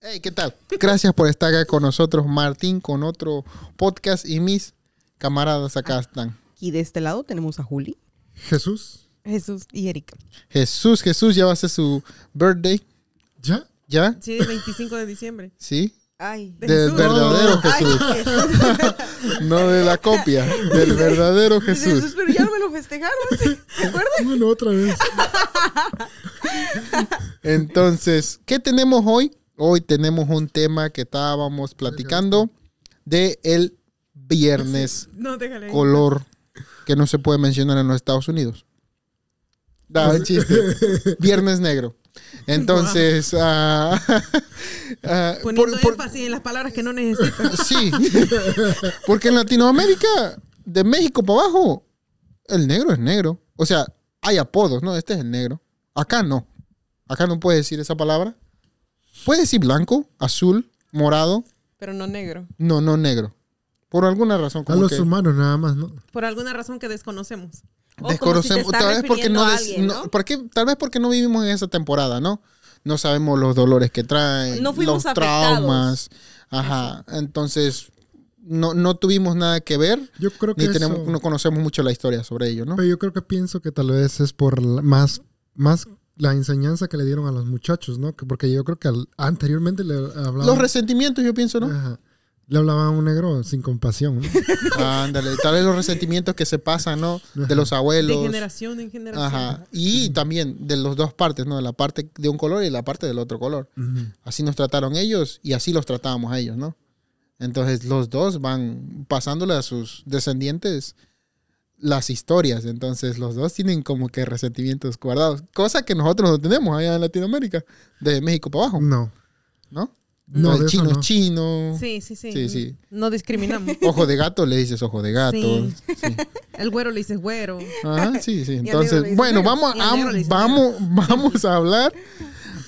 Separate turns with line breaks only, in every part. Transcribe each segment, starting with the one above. Hey, ¿qué tal? Gracias por estar acá con nosotros, Martín, con otro podcast y mis camaradas acá están.
Y de este lado tenemos a Juli.
Jesús,
Jesús y Erika.
Jesús, Jesús, ya va a ser su birthday,
¿ya?
¿ya?
Sí, el 25 de diciembre.
¿sí,
Ay.
De
del
Jesús.
verdadero
Ay,
Jesús,
Jesús.
no de la copia, del verdadero
Dice
Jesús.
Jesús, pero ya no me lo festejaron. ¿Te acuerdas?
Bueno, otra vez.
Entonces, ¿qué tenemos hoy? Hoy tenemos un tema que estábamos platicando de el viernes
No, déjale. ahí.
color que no se puede mencionar en los Estados Unidos. Da, es chiste. Viernes negro. Entonces, ah, ah, por-
Poniendo
por-
énfasis en las palabras que no necesitas.
sí, porque en Latinoamérica, de México para abajo, el negro es negro. O sea, hay apodos, ¿no? Este es el negro. Acá no. Acá no puedes decir esa palabra. Puedes decir blanco, azul, morado.
Pero no negro.
No, no negro. Por alguna razón.
A
como
los
que-
humanos nada más, ¿no?
Por alguna razón que desconocemos. O Oh, como si te
desconocemos
estás
tal vez porque
refiriendo
no,
a
des-
alguien,
no- porque- tal vez porque no vivimos en esa temporada no no sabemos los dolores que traen
No fuimos
los
afectados.
traumas ajá entonces no no tuvimos nada que ver
Yo creo que
ni tenemos
eso-
no conocemos mucho la historia sobre ello no
Pero yo creo que pienso que tal vez es por la- más, más la enseñanza que le dieron a los muchachos, ¿no? Que- Porque yo creo que al- anteriormente le hablaban...
los resentimientos yo pienso no
Ajá. le hablaban a un negro sin compasión, ¿no? Ah.
ándale tal vez los resentimientos que se pasan no de los
De
abuelos
generación en generación.
Ajá. Y también de las dos partes, ¿no? De la parte de un color y la parte del otro color. Así nos trataron ellos y así los tratábamos a ellos, ¿no? Entonces los dos van pasándole a sus descendientes las historias. Entonces los dos tienen como que resentimientos guardados. Cosa que nosotros no tenemos allá en Latinoamérica, de México para abajo,
No.
¿no?
No,
el
de eso
chino
no.
es chino.
Sí, sí, sí.
Sí, sí.
No discriminamos.
Ojo de gato le dices ojo de gato.
Sí.
Sí.
El güero le dices güero.
Ajá, sí, sí.
negro le
Entonces,
dices
bueno,
negro.
vamos,
Y al negro le
a,
dices
vamos, vamos a hablar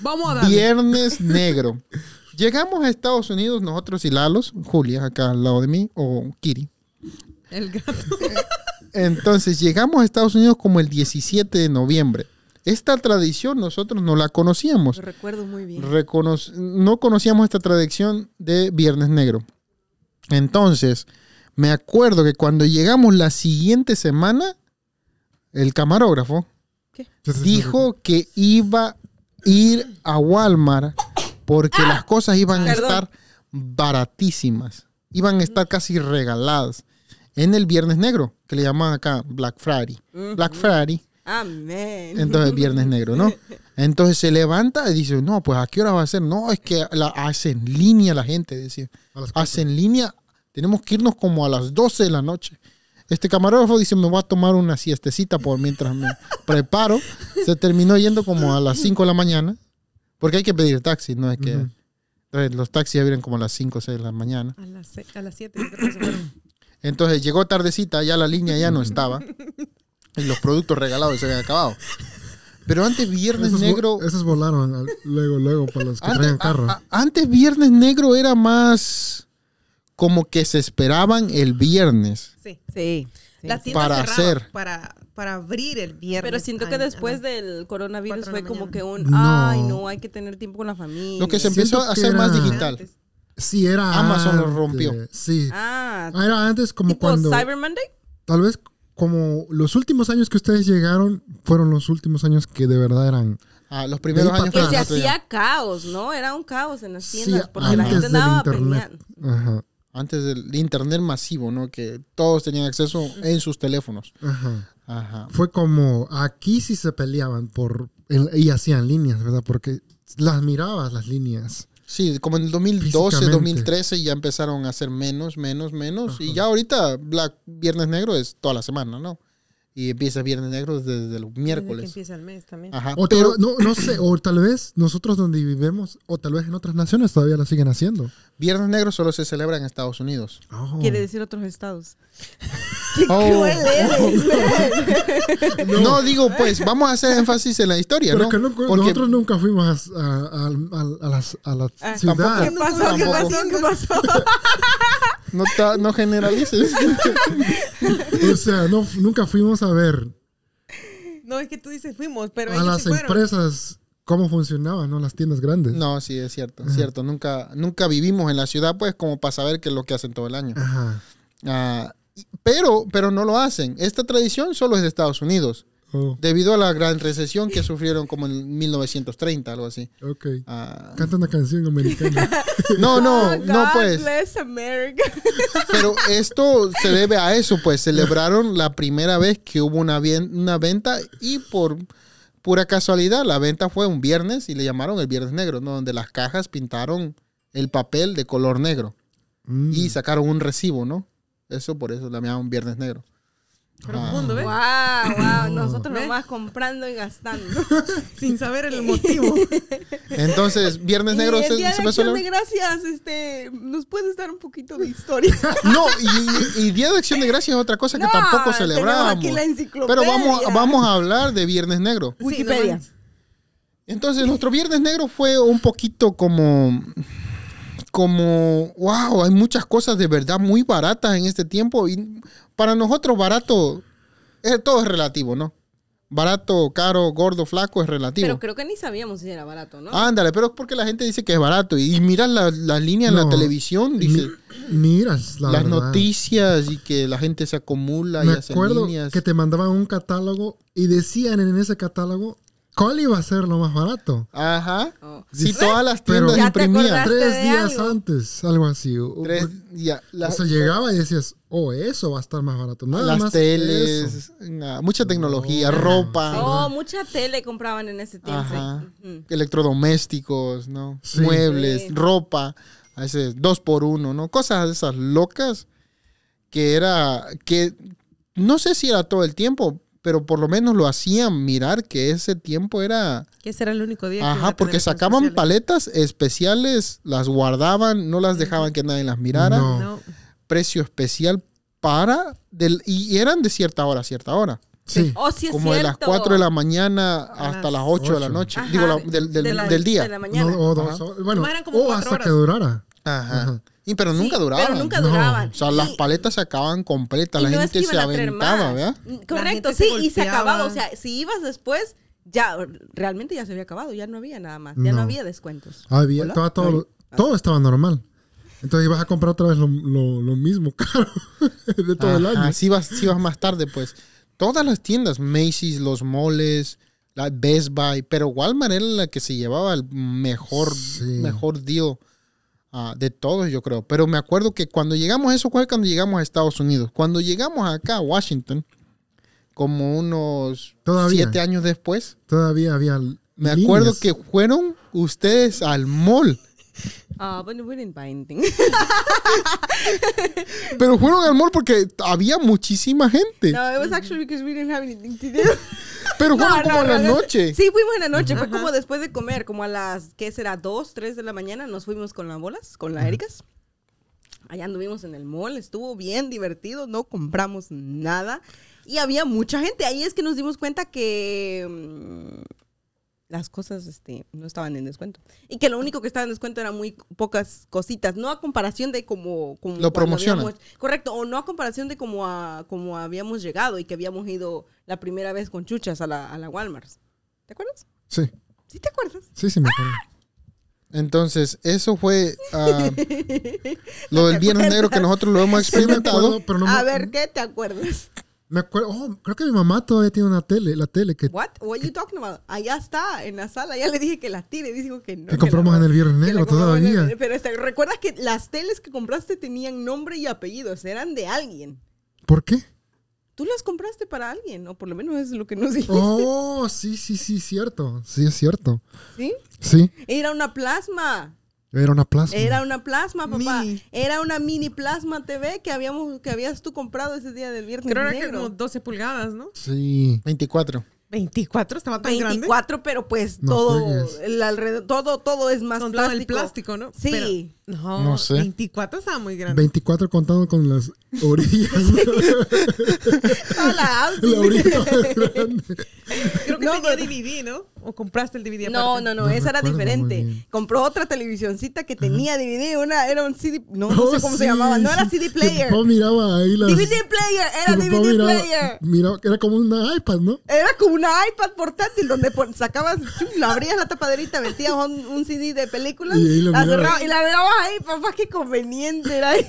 Vamos a darle.
Viernes Negro. Llegamos a Estados Unidos nosotros y Lalos, Julia acá al lado de mí, o Kiri.
El gato.
Entonces llegamos a Estados Unidos como el 17 de noviembre. Esta tradición nosotros no la conocíamos.
Lo recuerdo muy bien.
Reconoc- no conocíamos esta tradición de Viernes Negro. Entonces, me acuerdo que cuando llegamos la siguiente semana, el camarógrafo
Entonces,
dijo que iba a ir a Walmart porque las cosas iban a
Perdón.
estar baratísimas. Iban a estar casi regaladas en el Viernes Negro, que le llaman acá Black Friday. Black Friday,
Amén.
entonces Viernes Negro, ¿no? Entonces se levanta y dice, no, pues ¿a qué hora va a ser? No, es que la hacen línea la gente, decía.
A las
Hacen línea, tenemos que irnos como a las 12 de la noche. Este camarógrafo dice, me voy a tomar una siestecita por mientras me preparo. Se terminó yendo como a las 5 de la mañana, porque hay que pedir taxi, no es que...
Ujú.
entonces, los taxis ya vienen como a las 5 o 6 de la mañana.
A las, se- a las siete. yo creo que se fueron.
Entonces llegó tardecita, ya la línea ya no estaba. Y los productos regalados se habían acabado. Pero antes Viernes
esos vo-
Negro...
Esos volaron al- luego, luego, para los que
Antes, ah,
traían carro.
a- a- antes Viernes Negro era más como que se esperaban el viernes.
Sí.
Sí. sí.
Las tiendas
Para
cerraron
hacer.
Para, para abrir el viernes.
Pero siento que
Ay,
después
ajá.
del coronavirus
Cuatro de
fue
la
como
mañana.
que un,
No.
ay, no, hay que tener tiempo con la familia.
Lo que se
Siento
empezó a
que
hacer más
era-
digital.
Antes.
Sí, era
Amazon lo
antes.
rompió.
Sí.
Ah,
Ah, Era antes como
tipo
cuando...
Cyber Monday.
Ah,
Tal vez como los últimos años que ustedes llegaron fueron los últimos años que de verdad eran...
Ah, los primeros
De ahí
años
Que
para
fueron
se
nosotros ya.
hacía caos, ¿no? Era un caos en las
Sí,
tiendas porque la
antes
gente
del
andaba
internet.
peleando.
Ajá,
antes del internet masivo, ¿no? Que todos tenían acceso en sus teléfonos.
ajá.
Ajá.
fue como aquí sí se peleaban por el- y hacían líneas, ¿verdad? Porque las mirabas las líneas.
Sí, como en el 2012,
Físicamente.
2013 ya empezaron a hacer menos, menos, menos. Y ya ahorita Black Viernes Negro es toda la semana, ¿no? Y empieza Viernes Negro desde el
Desde que
miércoles. Ah.
empieza el mes también.
Ajá.
O
Pero
tal- no, no sé, o tal vez nosotros donde vivimos, o tal vez en otras naciones todavía lo siguen haciendo.
Viernes Negro solo se celebra en Estados Unidos.
Oh. Quiere decir otros estados.
Oh. No. digo, pues, vamos a hacer énfasis en la historia,
Pero
¿no?
que no- nosotros nunca fuimos a, a- a- a las- a la
Ah,
ciudad.
tampoco.
¿Qué pasó? ¿Qué
Tampoco.
pasó? ¿Qué pasó?
no, ta- no generalices.
O sea, no, nunca fuimos a ver
No, es que tú dices fuimos, pero
a
ellos
las
se fueron.
empresas cómo funcionaban, ¿no? Las tiendas grandes.
No, sí, es cierto, es cierto. Nunca, nunca vivimos en la ciudad, pues, como para saber qué es lo que hacen todo el año.
Ajá.
Ah, y- pero, pero no lo hacen. Esta tradición solo es de Estados Unidos,
Oh,
debido a la gran recesión que sufrieron como en 1930, algo así.
ok.
Ah,
Canta una canción americana.
no, no,
Oh,
no,
God
pues.
bless America.
Pero esto se debe a eso, pues celebraron la primera vez que hubo una, bien- una venta y por pura casualidad la venta fue un viernes y le llamaron el Viernes Negro, ¿no? donde las cajas pintaron el papel de color negro
Mm.
y sacaron un recibo, ¿no? Eso por eso la llamaban Viernes Negro. Ah.
Profundo, ¿ves?
Wow, wow. Nosotros
¿Ve?
nomás comprando y gastando.
Sin saber el motivo.
Entonces, Viernes Negro
y
se,
el día
se
de
empezó a
acción de
celebrar.
gracias, este, nos puedes dar un poquito de historia.
No, y, y- y Día de Acción de Gracias es otra cosa que
No,
tampoco
tenemos
celebramos.
aquí la enciclopedia.
Pero vamos, a- vamos a hablar de Viernes Negro.
Sí,
Wikipedia.
no,
Entonces, nuestro Viernes Negro fue un poquito como. Como, wow, hay muchas cosas de verdad muy baratas en este tiempo. Y para nosotros, barato, eh, todo es relativo, ¿no? Barato, caro, gordo, flaco es relativo.
Pero creo que ni sabíamos si era barato, ¿no?
Ándale, pero es porque la gente dice que es barato. Y miras las la líneas en
No.
la televisión, dice
Mi- miras, la
las
verdad.
noticias y que la gente se acumula
Me
y hace
acuerdo
líneas.
que te mandaban un catálogo y decían en ese catálogo cuál iba a ser lo más barato.
Ajá.
Oh.
Si
¿Ves?
todas las
Pero-
tiendas
Ya te
imprimían.
acordaste.
Tres
de
días
algo.
antes, algo así. O-
Tres, ya, la-
o sea, llegaba y decías, oh, eso va a estar más barato. Nada
las
más eso.
teles, na- mucha tecnología, ropa,
Oh, mucha tele compraban en ese tiempo.
ajá,
Ujú.
electrodomésticos, ¿no?
Sí.
Muebles,
Sí.
ropa, a veces dos por uno, ¿no? Cosas de esas locas que era, que no sé si era todo el tiempo, pero por lo menos lo hacían mirar que ese tiempo era...
Que ese era el único día. que iban a
Ajá,
tener
porque
esos
sacaban
sociales.
paletas especiales, las guardaban, no las dejaban que nadie las mirara.
No.
No.
Precio especial para... Del, y eran de cierta hora a cierta hora.
Sí.
Oh, sí es
como de las
cierto.
4 de la mañana
A
hasta
las
las 8 de la
ocho.
noche.
Ajá,
Digo, la- del, del-
de la-
del día.
De la mañana.
No, o dos
Ajá.
horas. Bueno,
No, eran como
o
cuatro
hasta
horas.
que durara.
Ajá.
Ajá.
Y, pero
Sí,
nunca duraban.
Pero nunca
No.
duraban.
O sea, las
Y-
paletas se acababan completas.
y
La
no es que
gente se
iban a traer
aventaba,
más.
¿verdad?
Mm, Correcto,
gente
sí,
se
y se
golpeaba.
acababa. O sea, si ibas después, ya realmente ya se había acabado, ya no había nada más, ya no,
No.
había descuentos.
Ah,
Ah, Había,
¿Hola? Ah.
estaba todo, todo estaba normal. Entonces ibas a comprar otra vez lo, lo- lo mismo caro de todo el
Ajá,
año.
Si vas, si vas más tarde, pues. Todas las tiendas, Macy's, los moles, la Best Buy, pero Walmart era la que se llevaba el mejor,
Sí.
mejor deal ah, de todos, yo creo. Pero me acuerdo que cuando llegamos, eso fue cuando llegamos a Estados Unidos. Cuando llegamos acá a Washington, como unos
Todavía.
siete años después,
Todavía había.
me
líneas.
acuerdo que fueron ustedes al mall.
Ah, bueno, we didn't buy anything.
Pero fueron al mall porque había muchísima gente.
No, it was actually because we didn't have anything to do.
pero fueron
No,
como
no,
a la
no, no.
noche.
Sí, fuimos en la noche, fue como después de comer, como a las, ¿qué será? 2, 3 de la mañana, nos fuimos con las bolas, con las Ericas. Allá anduvimos en el mall, estuvo bien divertido, no compramos nada. Y había mucha gente, ahí es que nos dimos cuenta que mm, las cosas este, no estaban en descuento. Y que lo único que estaba en descuento eran muy pocas cositas, no a comparación de como... como
Lo
cuando
promocionan.
habíamos- Correcto, o no a comparación de como, a, como habíamos llegado y que habíamos ido la primera vez con chuchas a la, a la Walmart. ¿Te acuerdas?
Sí,
¿Sí te acuerdas?
sí, sí, me acuerdo.
Entonces, eso fue ah, lo del Viernes Negro que nosotros lo hemos
Sí, me acuerdo,
experimentado.
pero no
a
me,
ver, ¿qué te acuerdas?
me acuerdo. oh, creo que mi mamá todavía tiene una tele, la tele que,
What? What you talking about? Allá está, en la sala. Ya le dije que la tire. Dijo que no.
que compramos
la-
en el Viernes
que la
Negro
compramos en el-
todavía.
Pero este, recuerdas que las teles que compraste tenían nombre y apellidos. Eran de alguien.
¿Por qué?
Tú las compraste para alguien, o por lo menos es lo que nos dijiste.
Oh, sí, sí, sí, cierto. Sí, es cierto.
¿Sí?
Sí,
Era una plasma.
era una plaza.
Era una plasma, papá.
Mini.
Era una mini plasma TV que habíamos que habías tú comprado ese día del viernes
Creo que era
negro.
como 12 pulgadas, ¿no?
Sí.
24.
24 estaba tan grande.
24, pero pues
No
todo
juegues.
el alrededor, todo todo es más
Con todo
plástico.
el plástico, ¿no?
Sí.
Pero- no,
No sé.
24 estaba muy grande.
24 contando con las orillas.
Toda la
la orilla más grande.
Creo que
No,
tenía
pero-
DVD, ¿no? ¿O compraste el DVD
No,
aparte?
no, no,
No
esa era
recuerdo muy
diferente.
bien.
Compró otra televisioncita que tenía DVD, una era un CD, no, no
Oh,
sé cómo se
sí,
llamaba, no era
sí,
CD
que
player.
papá miraba ahí las-
DVD player,
que
era
papá
DVD
miraba-
player.
miraba- era como una iPad, ¿no?
Era como una iPad portátil donde pon- sacabas, chum, la abrías la tapaderita, metías un, un CD de películas,
Y ahí lo
la
mirabas.
cerrabas y la mirabas ahí, papá, qué conveniente era eso.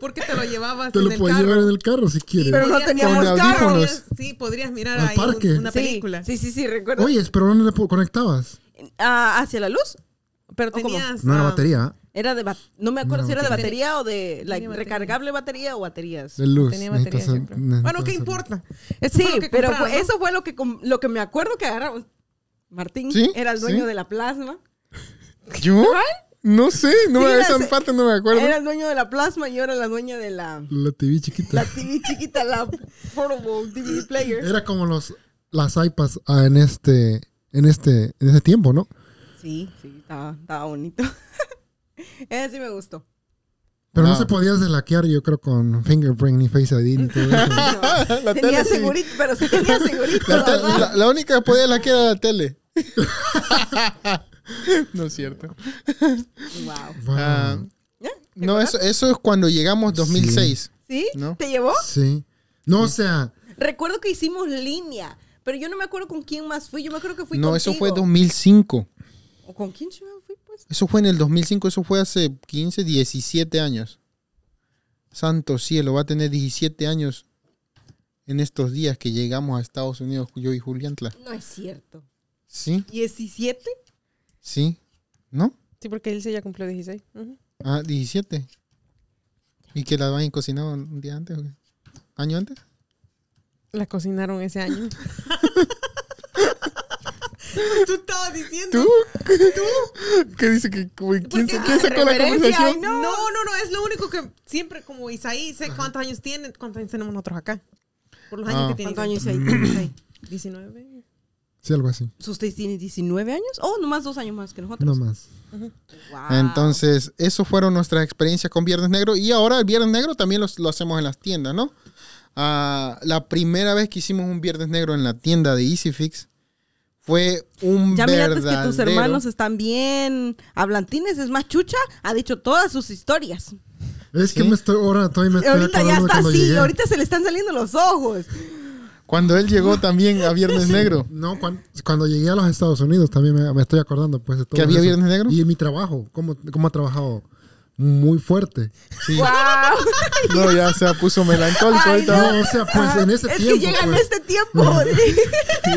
Porque te lo llevabas
Te
en
lo
el
puedes
carro.
llevar en el carro si quieres.
Pero no
Podías-
teníamos
Con
carro.
audífonos.
podías- Sí, podrías mirar
Al
ahí un-
parque.
una
Sí,
película.
Sí, sí, sí, recuerdo.
Oye, pero ¿dónde le po- conectabas?
Ah, hacia la luz.
Pero
¿O cómo?
tenías...
No era
ah,
batería, ¿eh?
Era de bat- no me acuerdo
No,
si era de
batería.
batería o de like,
Tenía batería.
recargable batería o baterías.
de luz.
Tenía
necesitas
batería
hacer-
siempre.
necesitas
Bueno, ¿qué
hacer-
importa? Eso
Sí,
fue lo que
pero
compraba,
fue-
¿no?
eso fue lo que, com- lo que me acuerdo que agarramos. Martín
Sí,
era el dueño
sí.
de la plasma.
¿Yo? No sé, no
Sí,
me-
la
esa
se-
parte no me acuerdo.
Era el dueño de la plasma y yo era la dueña de la,
La TV chiquita.
la TV chiquita, la portable DVD player.
Era como los las iPads ah, en este en este en ese tiempo, ¿no?
Sí, sí, estaba, estaba bonito. Ese sí me gustó.
Pero no,
No.
se podía deslaquear, yo creo, con fingerprint ni face ID ni todo eso.
la
tenía
tele sí.
segurito, pero sí tenía segurito.
La, te-
¿verdad?
la- la única que podía la que era la tele. no es cierto.
Wow.
Wow.
Ah,
¿Ya?
no, eso, eso es cuando llegamos 2006.
¿Sí?
No.
¿Te llevó?
Sí. No, o sea,
Recuerdo que hicimos línea, pero yo no me acuerdo con quién más fui. Yo me acuerdo que fui
no,
contigo.
eso fue 2005.
¿O ¿Con quién yo fui? Pues
Eso fue en el 2005, eso fue hace 15, 17 años. Santo cielo, va a tener 17 años en estos días que llegamos a Estados Unidos, yo y Julián. Tla.
no es cierto.
Sí,
¿17?
sí, ¿no?
Sí, porque él se ya cumplió 16. Ujú.
Ah, 17. ¿Y que la habían cocinado un día antes? o qué? ¿Año antes?
La cocinaron ese año. Tú estabas diciendo.
¿Tú? ¿Tú? ¿Qué dice que uy, quién, se-
Porque-
quién sacó la
reverencia,
conversación?
No.
No, no, no, es lo único que siempre, como Isaí, sé cuántos años tiene, cuántos años tenemos nosotros acá. Por los años
Ah.
que tiene.
¿Cuántos años hay? ¿Cuántos hay?
19.
sí, algo así.
¿Ustedes tienen 19 años? Oh, nomás dos años más que
No
nosotros.
más.
Guau.
Entonces, eso fueron nuestras experiencias con Viernes Negro. Y ahora el Viernes Negro también los- lo hacemos en las tiendas, ¿no? Ah, la primera vez que hicimos un Viernes Negro en la tienda de EasyFix fue un
Ya miraste que
verdadero...
tus hermanos están bien hablantines, es más chucha, ha dicho todas sus historias.
Es que
Sí.
me estoy, ahora todavía me estoy
ahorita ya
acordando
está
cuando
así,
llegué.
ahorita se le están saliendo los ojos.
Cuando él llegó también a Viernes Negro.
No, cuan- cuando llegué a los Estados Unidos también me, me estoy acordando pues de todo
¿Que había
eso.
Viernes Negro?
Y en mi trabajo, cómo, cómo ha trabajado muy fuerte.
Sí. No, ya se puso melancólico
Ay,
ahorita.
No, o sea, pues en ese
es
tiempo.
que llegan
pues,
este tiempo.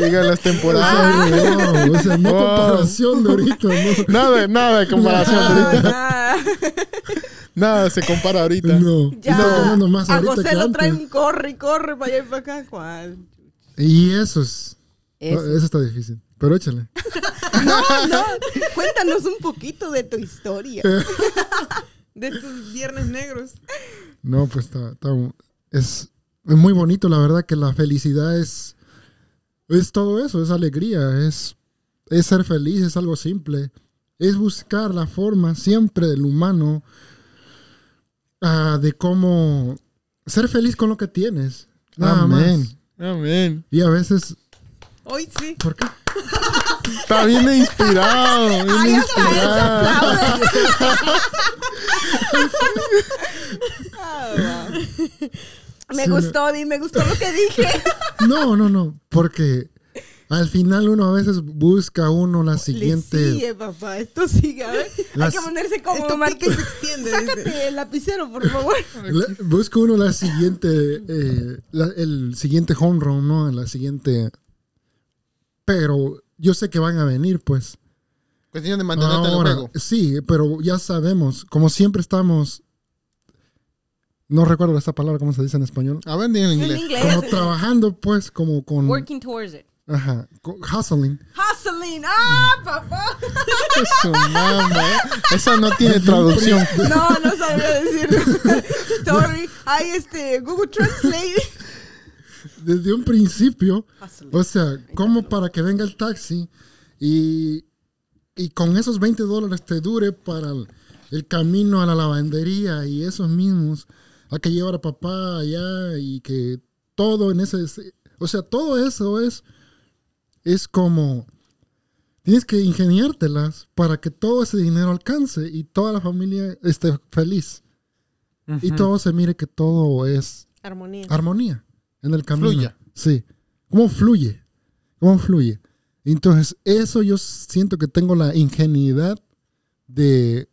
Llegan las
o
temporadas.
Ah.
sea, wow, o sea, no
Oh.
Wow.
comparación de ahorita, ¿no?
Nada, nada de comparación ahorita.
Ah,
Nada se compara ahorita.
No,
ya.
estoy ganando más
a
ahorita
José
que
lo trae
antes.
un corre y corre para allá y para acá. ¿Cuál?
Y eso es.
Eso.
Eso. está difícil. Pero échale.
No, Ah, no, cuéntanos un poquito de tu historia.
De estos viernes negros.
No, pues está. está- es, es muy bonito, la verdad, que la felicidad es. Es todo eso, es alegría, es, es ser feliz, es algo simple. Es buscar la forma siempre del humano ah, de cómo ser feliz con lo que tienes. Nada
Amén.
más.
Amén.
Y a veces.
Hoy sí.
¿Por qué?
Está bien inspirado. Bien inspirado.
Ah, wow. Me
Sí, me-
gustó, Di, me gustó lo que dije.
No, no, no. Porque al final uno a veces busca uno la
Le
siguiente.
sigue, papá, esto sigue. a ver. Hay
Las-
que ponerse como
Esto pica y
Martín.
se extiende. dice.
Sácate el lapicero, por favor.
La- busca uno la siguiente, eh, la- el siguiente home run, ¿no? La siguiente. Pero yo sé que van a venir, pues.
Cuestión de mantenerte en el
Ahora,
juego.
Sí, pero ya sabemos, como siempre estamos. No recuerdo esta palabra, ¿cómo se dice en español?
A ver, dime en
En
inglés. mm.
inglés.
Como trabajando, pues, como con.
Working towards it.
Ajá, con- hustling.
Hustling. Ah, papá.
Su mamá, ¿eh? Esa no tiene traducción.
No, no sabía decirlo. Sorry. Ay, este, Google Translate.
Desde un principio.
Hustling.
O sea, como para que venga el taxi y, y con esos 20 dólares te dure para el, el camino a la lavandería y esos mismos, a que llevar a papá allá y que todo en ese... O sea, todo eso es es como tienes que ingeniártelas para que todo ese dinero alcance y toda la familia esté feliz y todo se mire que todo es
Armonía.
armonía en el camino.
Fluya.
Sí. ¿Cómo fluye? ¿Cómo fluye? Entonces, eso yo siento que tengo la ingenuidad de,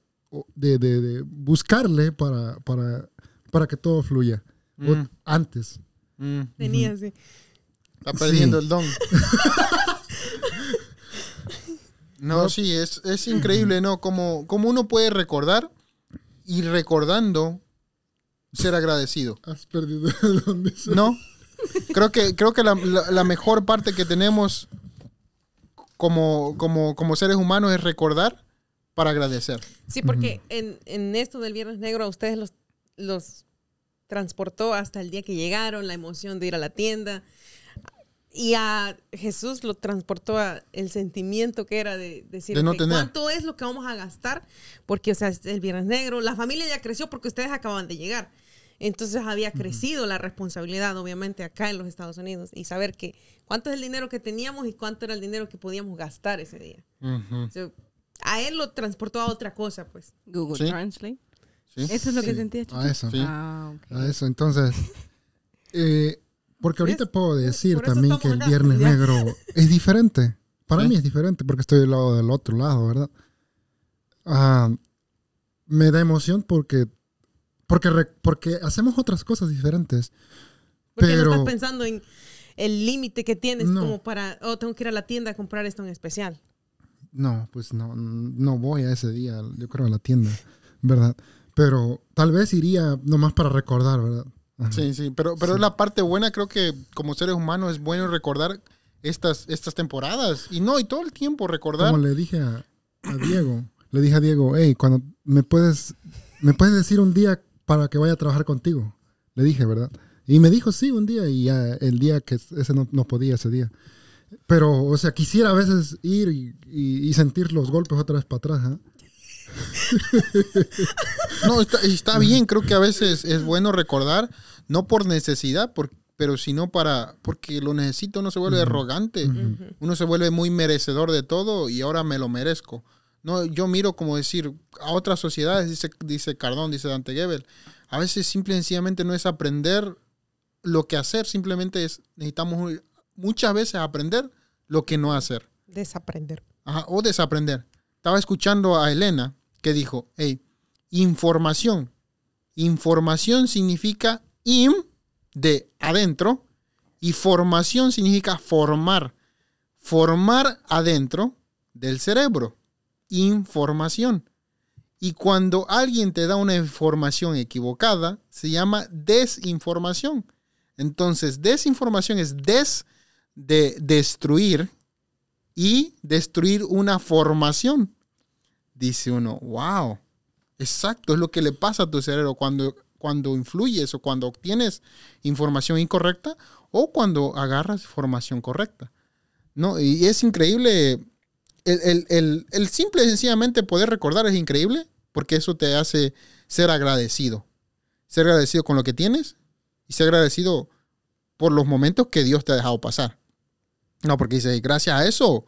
de, de- de buscarle para, para, para que todo fluya. O
Mm.
antes.
Mm.
Tenía así.
Está perdiendo
Sí.
el don. No, sí, es, es increíble, ¿no? Como, como uno puede recordar y recordando ser agradecido,
Has perdido el don, dice.
¿no? Creo que, creo que la, la- la mejor parte que tenemos como, como, como seres humanos es recordar para agradecer.
Sí, porque en, en esto del Viernes Negro a ustedes los, los transportó hasta el día que llegaron, la emoción de ir a la tienda. Y a Jesús lo transportó a el sentimiento que era de decir
De no
ok,
tener.
cuánto es lo que vamos a gastar, porque o sea, es el Viernes Negro, la familia ya creció porque ustedes acaban de llegar. Entonces había crecido la responsabilidad, obviamente, acá en los Estados Unidos y saber que cuánto es el dinero que teníamos y cuánto era el dinero que podíamos gastar ese día. O sea, a él lo transportó a otra cosa, pues.
Google
Sí.
Translate.
¿sí?
Eso es lo que sentías,
A
chiquito?
eso.
Sí.
Ah, ok.
A eso. Entonces, eh, porque ahorita
¿Ves?
puedo decir
por eso
también
estamos
que el
acá.
Viernes
Ya.
Negro es diferente. Para
Sí.
mí es diferente porque estoy del lado del otro lado, ¿verdad? Ah, me da emoción porque, porque, re- porque hacemos otras cosas diferentes.
Porque
Pero-
no estás pensando en el límite que tienes
No.
como para, oh, tengo que ir a la tienda a comprar esto en especial.
No, pues no, no voy a ese día, yo creo, a la tienda, ¿verdad? Pero tal vez iría nomás para recordar, ¿verdad? Ajá.
Sí, sí, pero, pero la parte buena, creo que como seres humanos es bueno recordar estas, estas temporadas. Y no, y todo el tiempo recordar.
Como le dije a, a Diego, le dije a Diego, hey, cuando me puedes, me puedes decir un día para que vaya a trabajar contigo. Le dije, ¿verdad? Y me dijo sí un día y ya el día que ese no, no podía ese día. Pero, o sea, quisiera a veces ir y, y- y sentir los golpes otra vez para atrás. ¿ah?
No, está, está bien, creo que a veces es bueno recordar, no por necesidad, por- pero sino para, porque lo necesito, uno se vuelve arrogante, uno se vuelve muy merecedor de todo y ahora me lo merezco. No, yo miro como decir, a otras sociedades, dice, dice Cardón, dice Dante Gebel, a veces simple y sencillamente no es aprender lo que hacer, simplemente es, necesitamos muchas veces aprender lo que no hacer.
Desaprender.
Ajá, o desaprender. Estaba escuchando a Elena que dijo, hey, información. Información significa im de adentro y formación significa formar. Formar adentro del cerebro. Información. Y cuando alguien te da una información equivocada, se llama desinformación. Entonces, desinformación es des de destruir, y destruir una formación. Dice uno, wow, exacto, es lo que le pasa a tu cerebro cuando, cuando influyes o cuando obtienes información incorrecta o cuando agarras formación correcta. ¿No? Y es increíble, el, el- el- el simple y sencillamente poder recordar es increíble porque eso te hace ser agradecido. Ser agradecido con lo que tienes y ser agradecido por los momentos que Dios te ha dejado pasar. No, porque dice, gracias a eso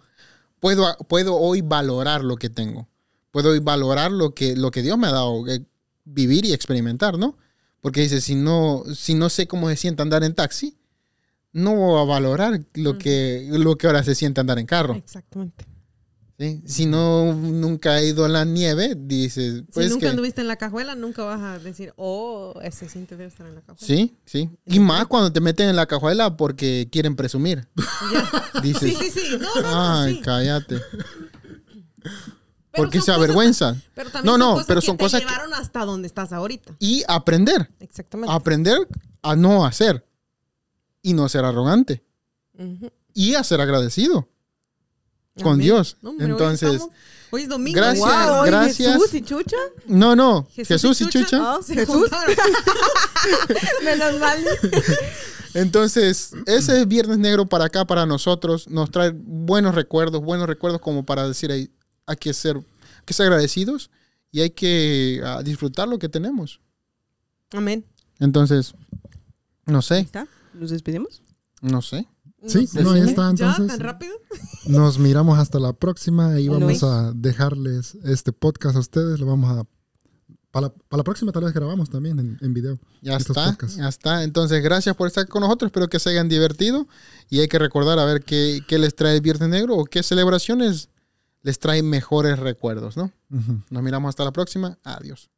puedo, puedo hoy valorar lo que tengo. Puedo hoy valorar lo que, lo que Dios me ha dado, eh, vivir y experimentar, ¿no? Porque dice, si no, si no sé cómo se siente andar en taxi, no voy a valorar lo que, lo que ahora se siente andar en carro.
Exactamente.
¿sí? Si no, nunca he ido a la nieve, dices, pues
si nunca
que...
anduviste en la cajuela, nunca vas a decir, oh, ese siente bien estar en la cajuela.
Sí, sí. Y más cuando te meten en la cajuela porque quieren presumir. Dices,
Sí, sí, sí. No, no, no,
ay,
sí.
cállate.
Pero
porque
son
se
cosas-
avergüenzan.
Pero también
No, no,
son cosas
pero
que
son
te
cosas que-
llevaron hasta donde estás ahorita.
y aprender. Ah,
Exactamente.
Aprender a no hacer y no ser arrogante
Ujú.
y a ser agradecido con
Amén.
Dios.
No, hombre, hoy
Entonces,
estamos- hoy es domingo.
gracias,
Wow, oye,
gracias.
Jesús y Chucha.
no, no, Jesús, y Chucha.
Ah,
se
Jesús.
juntaron.
Menos mal.
Entonces, ese es Viernes Negro para acá, para nosotros, nos trae buenos recuerdos, buenos recuerdos como para decir, hay, hay que, ser, hay que ser agradecidos y hay que ah, disfrutar lo que tenemos.
Amén.
Entonces, no sé,
¿Está? ¿Nos despedimos?
no sé.
Sí,
sé
no,
si-
ahí está,
¿Ya?
entonces.
¿Tan rápido?
Nos miramos hasta la próxima y
Nos
vamos
vemos.
a dejarles este podcast a ustedes. Lo vamos a. Para la, pa' la próxima, tal vez grabamos también en, en video.
Ya
estos
está,
podcasts.
ya está. Entonces, gracias por estar con nosotros. Espero que se hayan divertido. Y hay que recordar a ver qué, qué les trae el Viernes Negro o qué celebraciones les traen mejores recuerdos, ¿no?
Ujú.
Nos miramos hasta la próxima. Adiós.